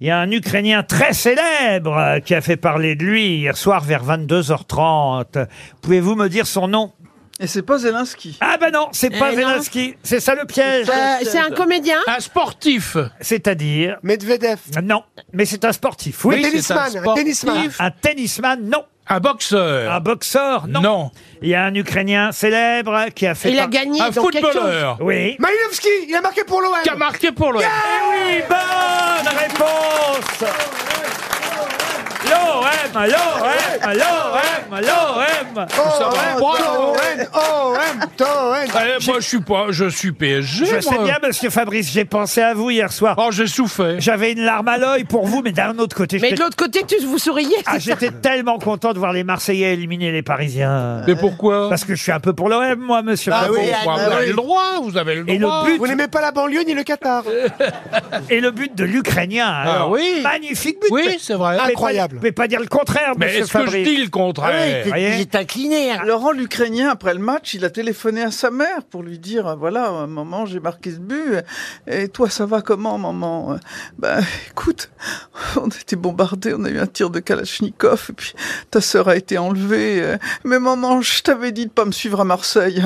Il y a un Ukrainien très célèbre euh, qui a fait parler de lui hier soir vers 22h30. Pouvez-vous me dire son nom Et c'est pas Zelensky. Ah ben non, c'est pas Eh non. Zelensky. C'est ça le piège. Euh, c'est un comédien Un sportif. C'est-à-dire Medvedev. non, mais c'est un sportif. Oui. un tennisman, c'est un tennisman. Un tennisman, non. Un boxeur. Un boxeur, Ah, non. Non. Il y a un Ukrainien célèbre qui a fait. Il a par- gagné Un dans quelque chose. footballeur. Oui. Malinowski, il a marqué pour l'OM. Qui a marqué pour l'OM. Eh oui, bonne réponse. L'OM, l'OM, l'OM, l'OM. va, bravo. OM, OM, OM. Eh, moi, je suis pas, je suis PSG. Je sais moi. bien, monsieur Fabrice, j'ai pensé à vous hier soir. Oh, j'ai souffert. J'avais une larme à l'œil pour vous, mais d'un autre côté, Mais j'étais de l'autre côté, tu vous souriez. ah, j'étais tellement content de voir les Marseillais éliminer les Parisiens. Mais pourquoi Parce que je suis un peu pour l'OM, moi, monsieur. Ah Fabrice. oui, Pourquoi ah Vous oui. avez le droit, vous avez le Et le droit. but, Vous n'aimez pas la banlieue ni le Qatar. et le but de l'Ukrainien. alors. oui. Magnifique but. Oui, mais- c'est vrai. mais pas- Ah Incroyable. Mais pas dire le contraire, Mais monsieur est-ce que je Fabrice. dis le contraire Voyez Laurent, l'Ukrainien, après le match, il a téléphoné à sa mère pour lui dire euh, voilà, euh, maman, j'ai marqué ce but. euh, Et toi, ça va comment, maman Euh, Bah, écoute, on a été bombardés, on a eu un tir de Kalachnikov, et puis ta sœur a été enlevée. euh, Mais maman, je t'avais dit de pas me suivre à Marseille.